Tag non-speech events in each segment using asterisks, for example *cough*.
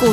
股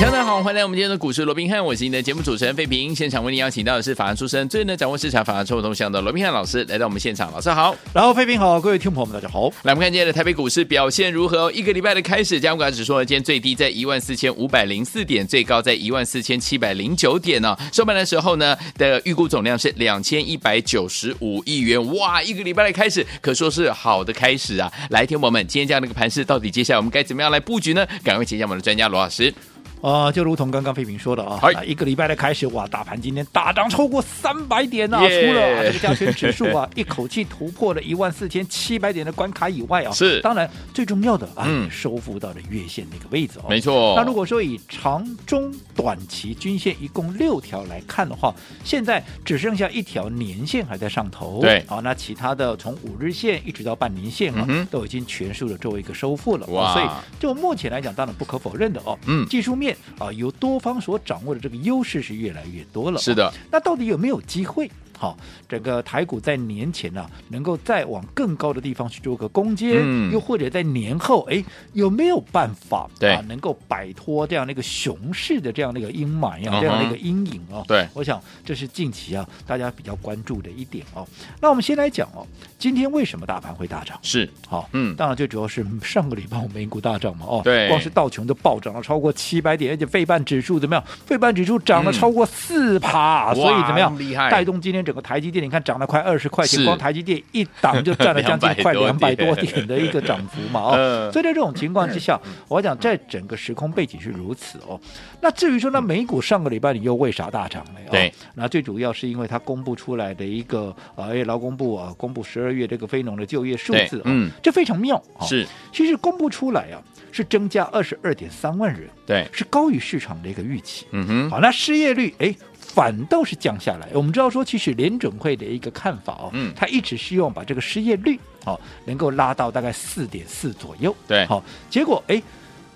大家好，欢迎来我们今天的股市罗宾汉，我是你的节目主持人费平。现场为您邀请到的是法案出身、最能掌握市场法案臭动向的罗宾汉老师，来到我们现场。老师好，然后，飞平好，各位听众朋友们，大家好。来我们看今天的台北股市表现如何、哦？一个礼拜的开始，加权指数呢，今天最低在14,504点，最高在14,709点呢、收盘的时候呢，的预估总量是2,195亿元。哇，一个礼拜的开始可说是好的开始啊！来，听我们，今天这样的一个盘势，到底接下来我们该怎么样来布局呢？赶快请教我们的专家罗老师。呃，就如同刚刚费平说的啊，嗨啊一个礼拜的开始，哇，大盘今天大涨超过三百点呐、耶除了、啊、这个加权指数啊， *laughs* 一口气突破了一万四千七百点的关卡以外啊，是当然最重要的啊，嗯收复到了月线那个位置哦，没错，那如果说以长中短期均线一共六条来看的话，现在只剩下一条年线还在上头。对好、那其他的从五日线一直到半年线啊，嗯哼都已经全数的做一个收复了。哦哇所以就目前来讲，当然不可否认的哦，嗯技术面啊，由多方所掌握的这个优势是越来越多了。是的，那到底有没有机会？好，整个台股在年前呢、能够再往更高的地方去做个攻坚，嗯又或者在年后，哎，有没有办法对啊，能够摆脱这样的一个熊市的这样的一个阴霾嗯啊，哼这样的一个阴影哦？对我想这是近期啊大家比较关注的一点哦。那我们先来讲哦，今天为什么大盘会大涨？是，好，嗯当然最主要是上个礼拜我们美股大涨嘛，哦，对光是道琼都暴涨了超过七百点，而且费半指数怎么样？费半指数涨了嗯超过四趴、所以哇怎么样？厉害带动今天整个台积电，你看涨了快二十块钱，是光台积电一档就占了 *laughs* 将近快两200百多多点点的一个涨幅嘛， *laughs* 嗯哦，所以在这种情况之下，我想在整个时空背景是如此哦。那至于说呢，美股上个礼拜你又为啥大涨呢？哦对，那最主要是因为它公布出来的一个呃，哎劳工部啊公布十二月这个非农的就业数对字、哦，嗯，这非常妙啊、哦是，其实公布出来啊，是增加二十二点三万人，对，是高于市场的一个预期。嗯哼，好，那失业率哎，反倒是降下来。我们知道说，其实联准会的一个看法哦，嗯他一直希望把这个失业率哦能够拉到大概四点四左右。对好、结果哎。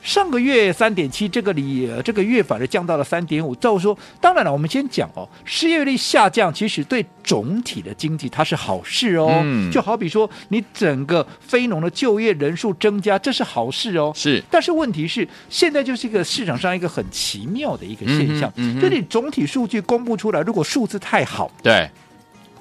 上个月三点七，这个里呃这个月反而降到了三点五。照说，当然了，我们先讲哦，失业率下降其实对总体的经济它是好事哦。嗯就好比说，你整个非农的就业人数增加，这是好事哦。是，但是问题是，现在就是一个市场上一个很奇妙的一个现象，嗯哼嗯哼就是你总体数据公布出来，如果数字太好，对，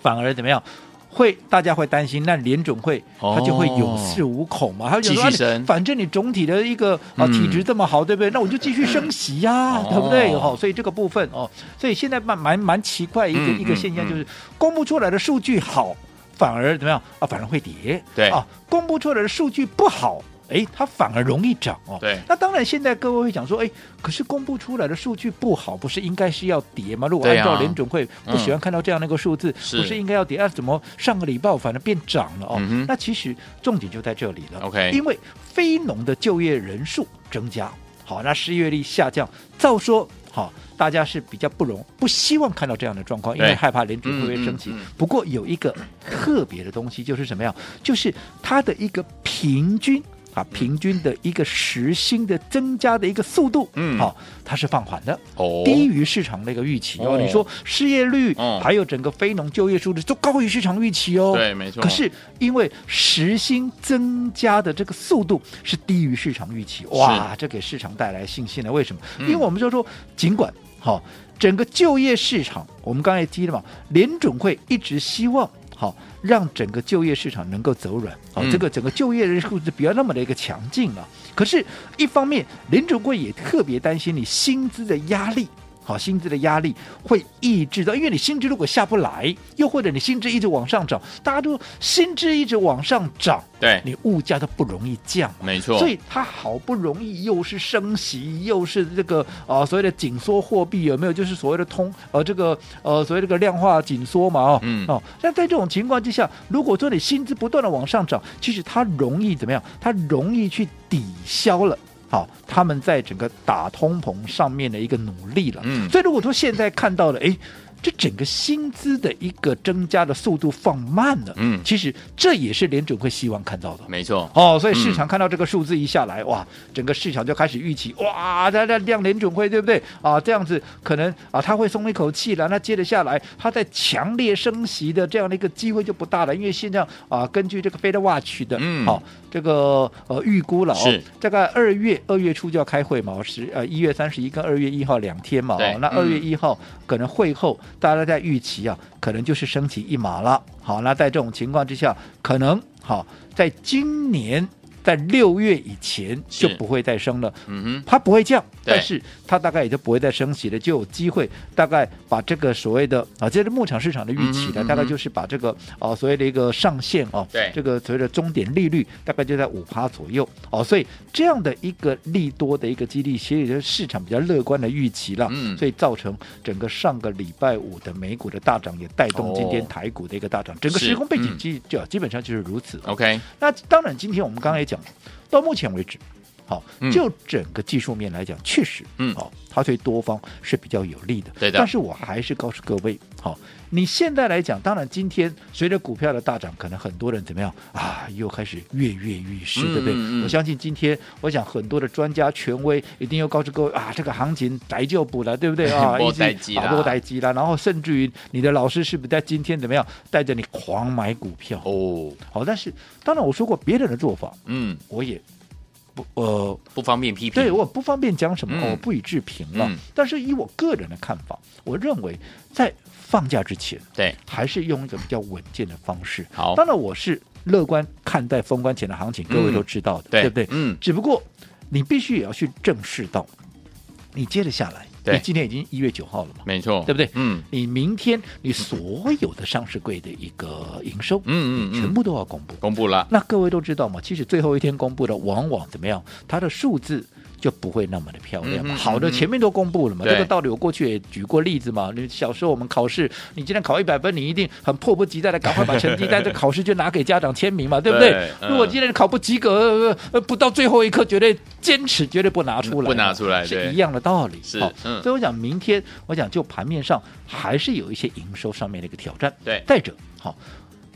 反而怎么样？会，大家会担心，那联准会哦它就会有恃无恐嘛？它就继续说，啊你升反正你总体的一个啊嗯体质这么好，对不对？那我就继续升息呀、哦 *laughs* 对不对？哦，所以这个部分哦，所以现在蛮蛮蛮奇怪一个、嗯一个嗯现象，嗯就是公布出来的数据好，反而怎么样啊？反而会跌。对啊，公布出来的数据不好。哎，它反而容易涨哦。对那当然，现在各位会讲说，哎，可是公布出来的数据不好，不是应该是要跌吗？如果对按啊照联准会不嗯喜欢看到这样的一个数字，是不是应该要跌啊？怎么上个礼拜反正变涨了哦？嗯哼那其实重点就在这里了。 OK 因为非农的就业人数增加，好，那失业率下降，照说好。大家是比较不容不希望看到这样的状况，因为对害怕联准嗯会会嗯升息。嗯不过有一个特别的东西，就是什么呀？就是它的一个平均啊，平均的一个时薪的增加的一个速度，嗯好、它是放缓的。哦，低于市场的一个预期哦。哦你说失业率、嗯还有整个非农就业数字都高于市场预期哦。对，没错，可是因为时薪增加的这个速度是低于市场预期，哇，这给市场带来信心了。为什么？嗯因为我们就说，尽管好、整个就业市场，我们刚才也提了嘛，联准会一直希望。好，让整个就业市场能够走软，好、嗯啊这个整个就业人数字不要那么的一个强劲了、可是，一方面，联准会也特别担心你薪资的压力，好，薪资的压力会抑制到，因为你薪资如果下不来，又或者你薪资一直往上涨，大家都薪资一直往上涨，对，你物价都不容易降嘛。没错，所以它好不容易又是升息，又是这个啊、呃所谓的紧缩货币，有没有？就是所谓的通呃这个呃所谓这个量化紧缩嘛哦，嗯哦，那在这种情况之下，如果说你薪资不断的往上涨，其实它容易怎么样？它容易去抵消了。好，他们在整个打通膨上面的一个努力了。嗯所以如果说现在看到了，哎，这整个薪资的一个增加的速度放慢了。嗯其实这也是联准会希望看到的。没错，哦，所以市嗯场看到这个数字一下来，哇，整个市场就开始预期，哇，它它量联准会对不对啊？这样子可能啊，他会松一口气了。那接着下来，它在强烈升息的这样的一个机会就不大了，因为现在啊，根据这个 Fed Watch 的，嗯好、这个呃预估了哦是，大概二月二月初就要开会嘛，十呃一月三十一跟二月一号两天嘛，对哦，那二月嗯一号可能会后大家在预期啊，可能就是升起一码了。好，那在这种情况之下，可能好在今年。在六月以前是就不会再升了，嗯它不会降，对但是它大概也就不会再升息了，就有机会大概把这个所谓的啊，这是牧场市场的预期嗯的，哼大概嗯哼就是把这个啊所谓的一个上限哦，对这个所谓的终点利率大概就在五趴左右哦，所以这样的一个利多的一个激励，其实也就是市场比较乐观的预期了，嗯所以造成整个上个礼拜五的美股的大涨，也带动今哦天台股的一个大涨，整个是时空背景嗯基就基本上就是如此哼，OK，那当然，今天我们刚才也讲了，到目前为止，好嗯，就整个技术面来讲，确实，嗯好，它对多方是比较有利的。对的但是我还是告诉各位，好，你现在来讲，当然今天随着股票的大涨，可能很多人怎么样啊，又开始跃跃欲试，嗯对不对？嗯嗯我相信今天，我想很多的专家权威一定又告诉各位啊，这个行情逮就补了，对不对 *laughs* 啊？没一代志直啦啊，波待机啦，然后甚至于你的老师是不是在今天怎么样带着你狂买股票？哦，好，但是当然我说过别人的做法，嗯，我也不呃，不方便批评，对，我不方便讲什么，嗯我不予置评了。嗯但是以我个人的看法，我认为在放假之前，对，还是用一个比较稳健的方式。好，当然，我是乐观看待封关前的行情，各位嗯都知道的，对不对？嗯只不过你必须也要去正视到，你接着下来，对你今天已经一月九号了嘛，没错，对不对？嗯，你明天你所有的上市柜的一个营收，嗯嗯嗯全部都要公布。公布了，那各位都知道嘛，其实最后一天公布的，往往怎么样，它的数字。就不会那么的漂亮嘛。嗯哼好的，嗯哼前面都公布了嘛。对这个道理我过去也举过例子嘛。你小时候我们考试，你今天考一百分，你一定很迫不及待的赶快把成绩单这考试就拿给家长签名嘛，对不对？对嗯如果今天考不及格，呃呃，不到最后一刻，绝对坚持，绝对不拿出来嘛，不拿出来对是一样的道理。是好嗯所以我讲明天，我讲就盘面上还是有一些营收上面的一个挑战。对再者，好、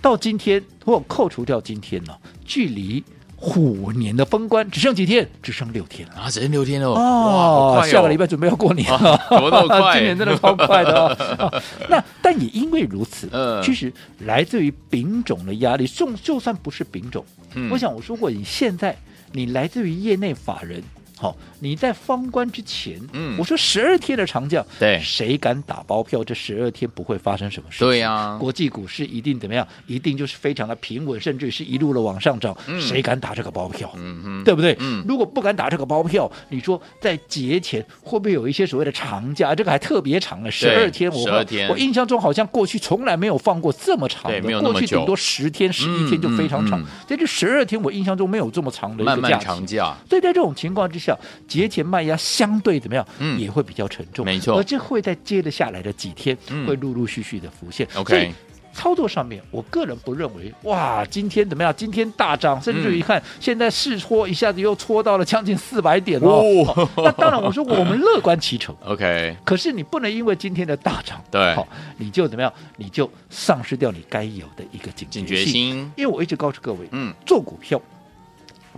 到今天或扣除掉今天呢、距离虎年的封关只剩几天？只剩六天了。啊，只剩六天了，哇好快哦下个 *laughs* 礼拜准备要过年了，啊怎么 *laughs* 那么快今年真的超快的哦、啊那但也因为如此，嗯其实来自于丙种的压力，就就算不是丙种，嗯我想我说过，你现在你来自于业内法人。好，你在封关之前，嗯我说十二天的长假，对谁敢打包票？这十二天不会发生什么事情？ *laughs* 对啊呀国际股市一定怎么样？一定就是非常的平稳，甚至是一路的往上涨。嗯谁敢打这个包票？嗯哼，对不对？嗯如果不敢打这个包票，你说在节前会不会有一些所谓的长假？这个还特别长了，十二天我， 12天我印象中好像过去从来没有放过这么长对的，没有那么过去顶久多十天、十一天就非常长。嗯嗯在这十二天，我印象中没有这么长的一个假漫期。漫长假，所以在这种情况之下，节前卖压相对怎么样，嗯也会比较沉重，没错而这会在接着下来的几天，嗯会陆陆续续的浮现。 OK 所以操作上面，我个人不认为，哇，今天怎么样？今天大涨，甚至嗯于看、现在试戳一下子又戳到了将近四百点哦。哦好 *laughs* 那当然，我说我们乐观其成， ，OK，可是你不能因为今天的大涨，对好，你就怎么样？你就丧失掉你该有的一个警警觉觉性。心，因为我一直告诉各位，嗯，做股票，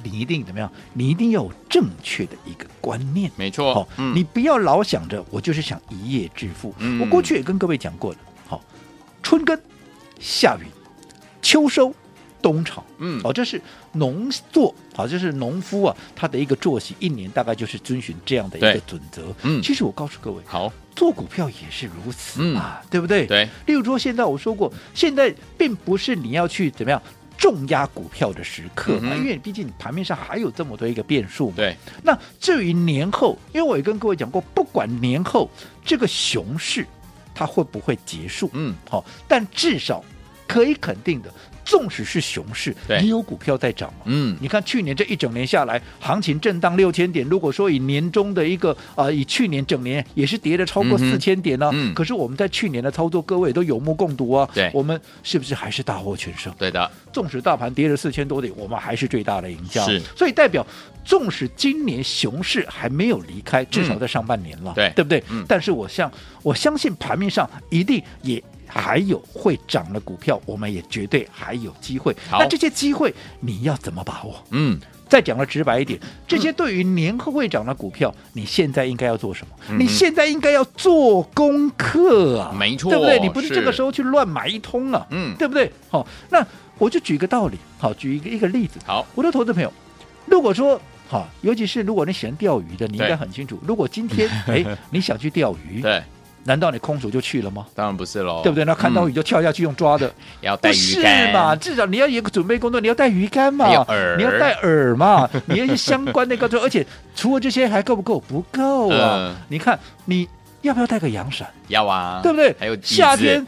你一定怎么样？你一定要有正确的一个观念。没错，好、嗯你不要老想着我就是想一夜致富。嗯我过去也跟各位讲过了，好、春耕、夏耘、秋收、冬藏，嗯好、这是农作，好、这是农夫啊，他的一个作息，一年大概就是遵循这样的一个对准则。嗯其实我告诉各位，好，做股票也是如此嘛，嗯对不对？对。例如说，现在我说过，现在并不是你要去怎么样重压股票的时刻嗯嘛，哼因为毕竟盘面上还有这么多一个变数嘛。对，那至于年后，因为我也跟各位讲过，不管年后这个熊市它会不会结束，嗯，好、但至少可以肯定的，纵使是熊市，对也有股票在涨嘛。嗯，你看去年这一整年下来，行情震荡六千点。如果说以年中的一个啊、呃以去年整年也是跌了超过嗯哼四千点呢、嗯可是我们在去年的操作，各位都有目共睹啊。对我们是不是还是大获全胜？对的，纵使大盘跌了四千多点，我们还是最大的赢家。是所以代表纵使今年熊市还没有离开，至少在上半年了，对对不对？嗯但是我相我相信盘面上一定也。还有会涨的股票，我们也绝对还有机会。好那这些机会你要怎么把握？嗯，再讲的直白一点，这些对于年后会涨的股票，你现在应该要做什么？你现在应该要做功课啊，嗯没错对不对？你不是是这个时候去乱买一通啊，嗯对不对？好、那我就举一个道理，好，举一个一个例子，好，我的投资朋友，如果说好，尤其是如果你喜欢钓鱼的，你应对该很清楚，如果 *laughs* 今天哎你想去钓鱼，对，难道你空手就去了吗？当然不是喽，对不对？那看到嗯鱼就跳下去用抓的，要带不鱼是竿哎嘛？？至少你要有一个准备工作，你要带鱼竿嘛，还有饵你要带饵嘛， *laughs* 你要一些相关的工作。而且除了这些还够不够？不够啊！嗯你看你。要不要带个阳伞，要啊，对不对？还有椅子夏 *laughs* 天，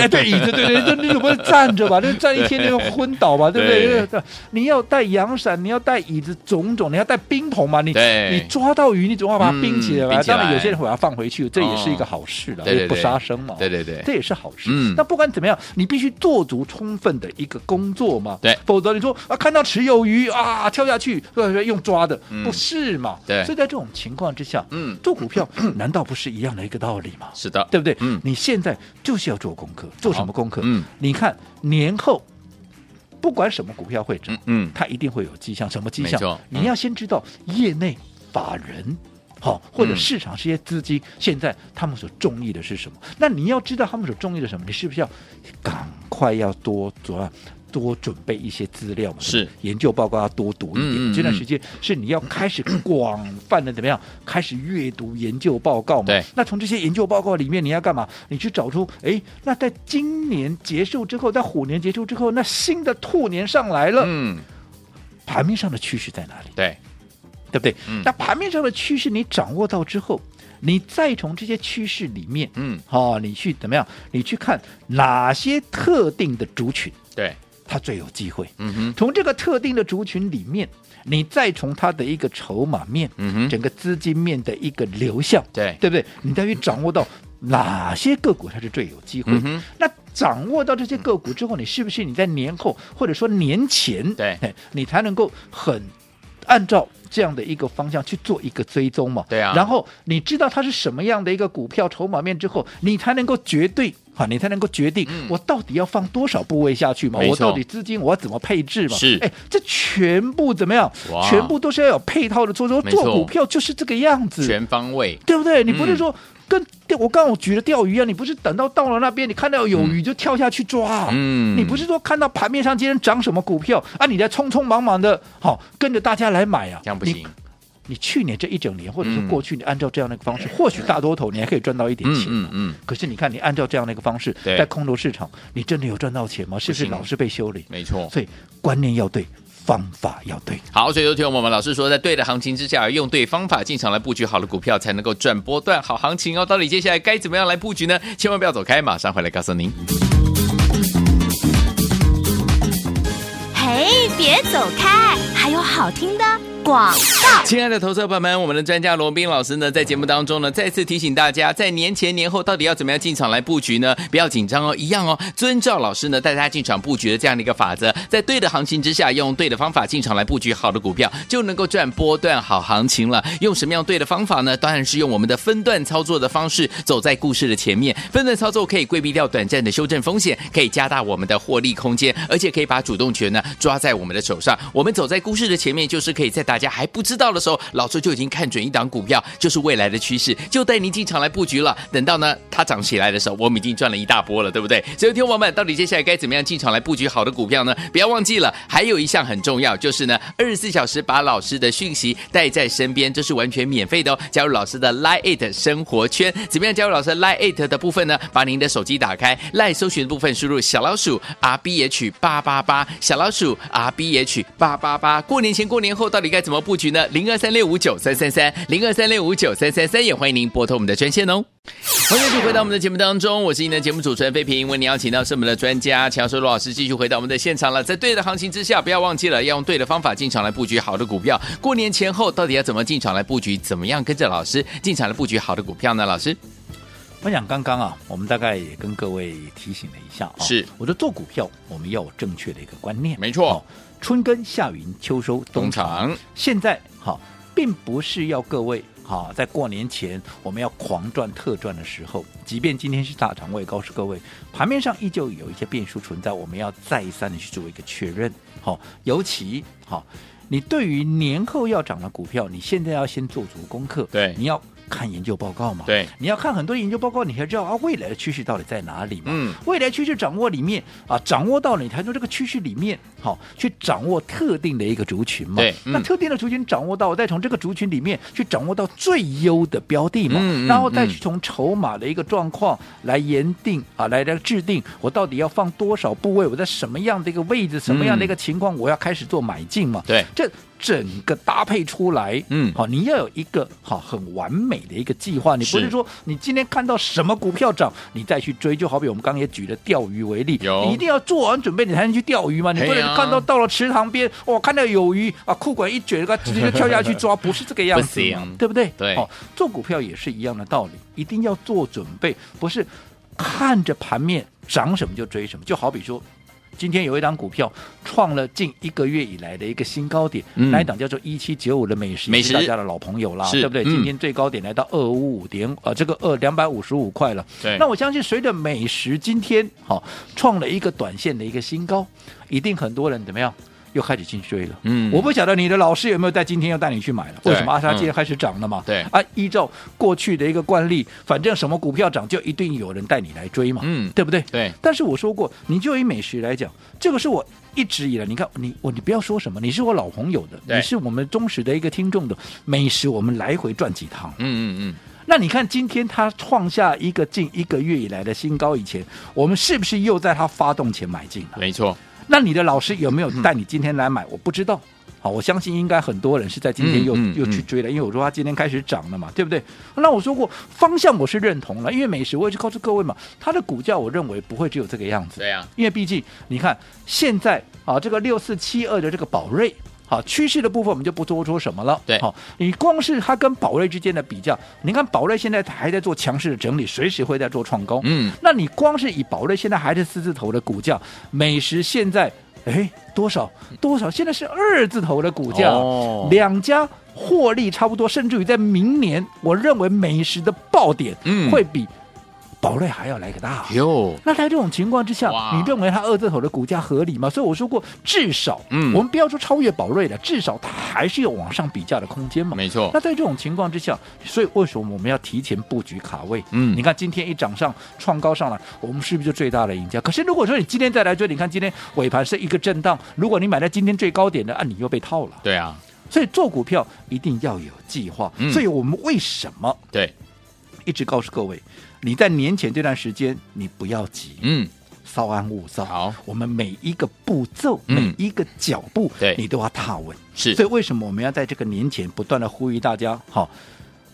哎，对椅子，对对对，那你不是站着吧？那站一天就昏倒吧，对不对？对对你要带阳伞，你要带椅子，种种，你要带冰桶嘛。你对你抓到鱼，你总要把它冰起嗯来吧。冰起来当然，有些人会把它放回去，这也是一个哦好事了，对对不对杀生嘛。对对对，这也是好事。嗯那不管怎么样，你必须做足充分的一个工作嘛，对否则你说啊，看到持有鱼啊，跳下去，呃，用抓的，嗯不是嘛？对所以在这种情况之下，嗯，做股票 *clears throat* 难道不是一样的一个道理吗？是的，对不对？嗯你现在就是要做功课，做什么功课？嗯你看年后，不管什么股票会涨，嗯嗯，它一定会有迹象。什么迹没象错？嗯你要先知道业内法人。好，或者嗯市场这些资金、现在他们所中意的是什么？那你要知道他们所中意的什么，你是不是要赶快要多做多准备一些资料嘛？是研究报告要多读一点。嗯嗯嗯这段时间是你要开始广泛的怎 *coughs* 么样？开始阅读研究报告嘛？对那从这些研究报告里面，你要干嘛？你去找出，哎，那在今年结束之后，在虎年结束之后，那新的兔年上来了，嗯，盘面上的趋势在哪里，对，对不对？嗯那盘面上的趋势你掌握到之后，你再从这些趋势里面，嗯，哦，你去怎么样？你去看哪些特定的族群，对，它最有机会。嗯哼，从这个特定的族群里面，你再从它的一个筹码面，嗯哼整个资金面的一个流向，对，对不对？你再去掌握到哪些个股它是最有机会的。嗯哼那掌握到这些个股之后，你是不是你在年后或者说年前，对哎，你才能够很按照。这样的一个方向去做一个追踪嘛，对啊然后你知道它是什么样的一个股票筹码面之后，你才能够决定，哈，你才能够决定嗯我到底要放多少部位下去嘛，没我错到底资金我要怎么配置嘛，是哎，这全部怎么样哇？全部都是要有配套的做做没错做股票就是这个样子，全方位，对不对？你嗯不是说跟、我刚刚我举了钓鱼啊，你不是等到到了那边，你看到有鱼就跳下去抓，嗯你不是说看到盘面上今天涨什么股票啊，你再匆匆忙忙的好、跟着大家来买啊，这样不你行，你去年这一整年，或者是嗯过去你按照这样的一个方式，或许大多头你还可以赚到一点嗯钱。啊嗯嗯，可是你看，你按照这样的一个方式，对在空头市场，你真的有赚到钱吗？是不是不行啊老是被修理？没错。所以观念要对，方法要对。好，所以有听我们老师说，在对的行情之下，用对方法进场来布局好的股票，才能够赚波段好行情哦。到底接下来该怎么样来布局呢？千万不要走开，马上回来告诉您。嘿，别走开，还有好听的广。亲爱的投资者朋友们，我们的专家罗斌老师呢，在节目当中呢，再次提醒大家，在年前年后到底要怎么样进场来布局呢？不要紧张哦，一样哦，遵照老师呢带大家进场布局的这样的一个法则，在对的行情之下，用对的方法进场来布局好的股票，就能够赚波段好行情了。用什么样对的方法呢？当然是用我们的分段操作的方式，走在故事的前面。分段操作可以规避掉短暂的修正风险，可以加大我们的获利空间，而且可以把主动权呢抓在我们的手上。我们走在故事的前面，就是可以在大家还不知道的时候，老周就已经看准一档股票，就是未来的趋势，就带您进场来布局了。等到呢它涨起来的时候，我们已经赚了一大波了，对不对？所以，听众朋友们，到底接下来该怎么样进场来布局好的股票呢？不要忘记了，还有一项很重要，就是呢二十四小时把老师的讯息带在身边，这是完全免费的哦。加入老师的 Line It 生活圈，怎么样加入老师 Line It 的部分呢？把您的手机打开，Line 搜寻的部分输入小老鼠 R B H 八八八，小老鼠 R B H 八八八。过年前、过年后到底该怎么布局呢？零二三六五九三三三，零二三六五九三三三，也欢迎您拨通我们的专线哦。欢迎继续回到我们的节目当中，我是您的节目主持人费平。为您邀请到是我们的专家乔收罗老师，继续回到我们的现场了。在对的行情之下，不要忘记了要用对的方法进场来布局好的股票。过年前后到底要怎么进场来布局？怎么样跟着老师进场来布局好的股票呢？老师我想刚刚啊，我们大概也跟各位提醒了一下、哦，是我说做股票我们要有正确的一个观念，没错哦春耕夏耘秋收东冬藏，藏现在好、哦并不是要各位。好，在过年前我们要狂赚特赚的时候，即便今天是大涨，我也告诉各位，盘面上依旧有一些变数存在，我们要再三的去做一个确认。好、尤其好、你对于年后要涨的股票，你现在要先做足功课，对你要看研究报告嘛，对你要看很多研究报告，你才知道啊未来的趋势到底在哪里嘛。嗯，未来趋势掌握里面啊，掌握到你才从这个趋势里面好、去掌握特定的一个族群嘛。对那嗯特定的族群掌握到，再从这个族群里面去掌握到最优的标的嘛，嗯嗯然后再嗯去从筹码的一个状况来研定啊，来来制定我到底要放多少部位，我在什么样的一个位置，什么样的一个情况，我要开始做买进嘛。对这整个搭配出来，嗯好，你要有一个好很完美的一个计划，你不是是说你今天看到什么股票涨，你再去追，就好比我们刚刚也举了钓鱼为例，有你一定要做完准备，你才能去钓鱼嘛，你不嘿能呀看到到了池塘边，哇，看到有鱼啊，裤管一卷，直接就跳下去 *laughs* 抓，不是这个样子嘛不行对不对？对哦，做股票也是一样的道理，一定要做准备，不是看着盘面涨什么就追什么，就好比说。今天有一档股票创了近一个月以来的一个新高点，嗯那一档叫做一七九五的美食，美也是食大家的老朋友啦，是对不对？嗯今天最高点来到二五五点，呃，这个二两百五十五块了。对那我相信随着美食今天好、创了一个短线的一个新高，一定很多人怎么样又开始进追了。嗯我不晓得你的老师有没有在今天要带你去买了？对为什么阿莎嗯今天开始涨了嘛？对啊，依照过去的一个惯例，反正什么股票涨就一定有人带你来追嘛，嗯对不对？对但是我说过，你就以美食来讲，这个是我一直以来，你看你我你不要说什么，你是我老朋友的，对你是我们忠实的一个听众的美食，我们来回转几趟。嗯嗯嗯，那你看今天它创下一个近一个月以来的新高，以前我们是不是又在它发动前买进了？没错，那你的老师有没有带你今天来买？我不知道。好，我相信应该很多人是在今天又、嗯嗯又去追了，因为我说它今天开始涨了嘛，对不对？那我说过方向我是认同了，因为美食我也是告诉各位嘛，它的股价我认为不会只有这个样子。对啊呀，因为毕竟你看现在啊，这个六四七二的这个宝瑞。好，趋势的部分我们就不多说什么了。对好，你光是它跟宝瑞之间的比较，你看宝瑞现在还在做强势的整理，随时会在做创高。嗯，那你光是以宝瑞现在还是四字头的股价，美食现在哎多少多少，现在是二字头的股价，嗯哦两家获利差不多，甚至于在明年，我认为美食的爆点嗯会比宝瑞还要来个大。哟，那在这种情况之下哇，你认为它二字头的股价合理吗？所以我说过，至少，嗯我们不要说超越宝瑞了，至少它还是有往上比价的空间嘛。没错那，在这种情况之下，所以为什么我们要提前布局卡位？嗯你看今天一涨上创高上来，我们是不是就最大的赢家？可是如果说你今天再来追，你看今天尾盘是一个震荡，如果你买在今天最高点的，啊，你又被套了。对啊，所以做股票一定要有计划。嗯所以我们为什么对，一直告诉各位，你在年前这段时间你不要急，嗯，稍安勿躁。好，我们每一个步骤，嗯每一个脚步，对你都要踏稳。是所以为什么我们要在这个年前不断的呼吁大家？好、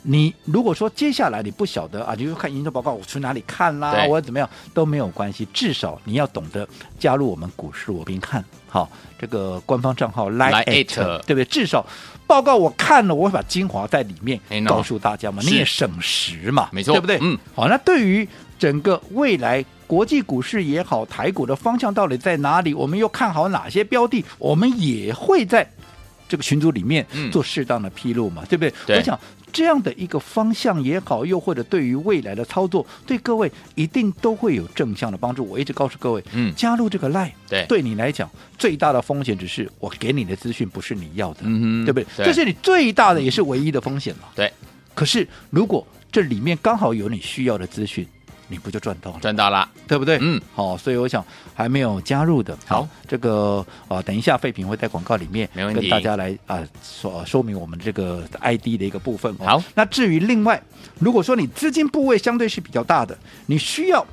你如果说接下来你不晓得啊，你就看研究报告，我去哪里看啦，对我怎么样都没有关系，至少你要懂得加入我们股市罗宾看好这个官方账号 Like Like It， It 对不对？至少报告我看了，我会把精华在里面哎喏告诉大家嘛，是你也省时嘛，没错对不对？嗯，好，那对于整个未来国际股市也好，台股的方向到底在哪里？我们又看好哪些标的？我们也会在这个群组里面嗯做适当的披露嘛，对不对？对我想这样的一个方向也好，又或者对于未来的操作，对各位一定都会有正向的帮助。我一直告诉各位，嗯加入这个 Line，对对你来讲最大的风险只是我给你的资讯不是你要的，嗯哼对不对？对这是你最大的也是唯一的风险嘛。对，可是如果这里面刚好有你需要的资讯，你不就赚到了？赚到了，对不对？嗯，好，所以我想还没有加入的，好，这个呃，等一下废品会在广告里面没问题跟大家来啊、说、呃说明我们这个 ID 的一个部分、哦。好，那至于另外，如果说你资金部位相对是比较大的，你需要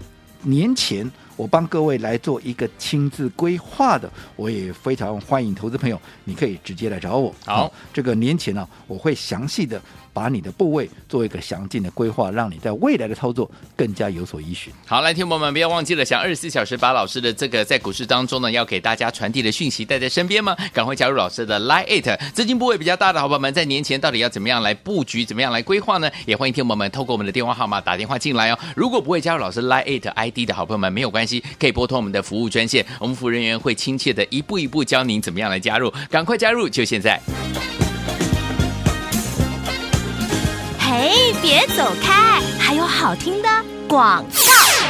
年前。我帮各位来做一个亲自规划的，我也非常欢迎投资朋友，你可以直接来找我。好这个年前呢、我会详细的把你的部位做一个详尽的规划，让你在未来的操作更加有所依循。好，来，听众朋友们，不要忘记了，想二十四小时把老师的这个在股市当中呢，要给大家传递的讯息带在身边吗？赶快加入老师的 Line It，资金部位比较大的好朋友们，在年前到底要怎么样来布局，怎么样来规划呢？也欢迎听众朋友们透过我们的电话号码打电话进来哦。如果不会加入老师 Line It ID 的好朋友们，没有关系，可以拨通我们的服务专线，我们服务人员会亲切的一步一步教您怎么样来加入，赶快加入，就现在。嘿，别走开，还有好听的广告。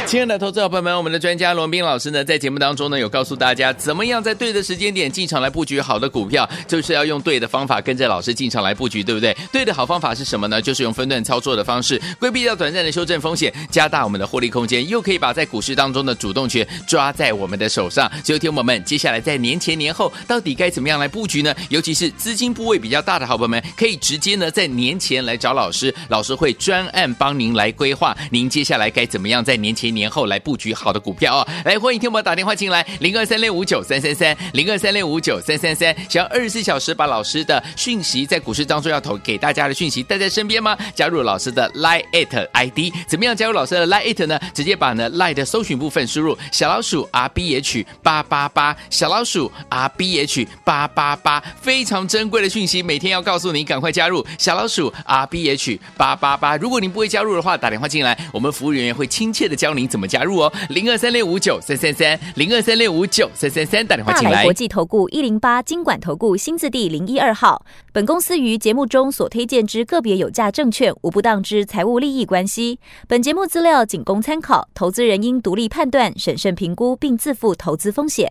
亲爱的投资者朋友们，我们的专家罗斌老师呢，在节目当中呢，有告诉大家怎么样在对的时间点进场来布局好的股票，就是要用对的方法跟着老师进场来布局，对不对？对的好方法是什么呢？就是用分段操作的方式，规避掉短暂的修正风险，加大我们的获利空间，又可以把在股市当中的主动权抓在我们的手上。所以，听我们，接下来在年前年后到底该怎么样来布局呢？尤其是资金部位比较大的好朋友们，可以直接呢在年前来找老师，老师会专案帮您来规划，您接下来该怎么样在年前年。后来布局好的股票哦。来，欢迎听我们打电话进来，零二三六五九三三三，零二三六五九三三三。想要二十四小时把老师的讯息在股市当中要投给大家的讯息带在身边吗？加入老师的 Line at ID，怎么样加入老师的 Line at 呢？直接把呢 Line 的搜寻部分输入小老鼠 R B H 八八八，小老鼠 R B H 八八八，非常珍贵的讯息，每天要告诉你，赶快加入小老鼠 R B H 八八八。如果您不会加入的话，打电话进来，我们服务人员会亲切的教您怎么。怎么加入哦？零二三六五九三三三，零二三六五九三三三，打电话大进来来国。际投顾一零八金管投顾新字第零一二号。本公司于节目中所推荐之个别有价证券，无不当之财务利益关系。本节目资料仅供参考，投资人应独立判断、审慎评估，并自负投资风险。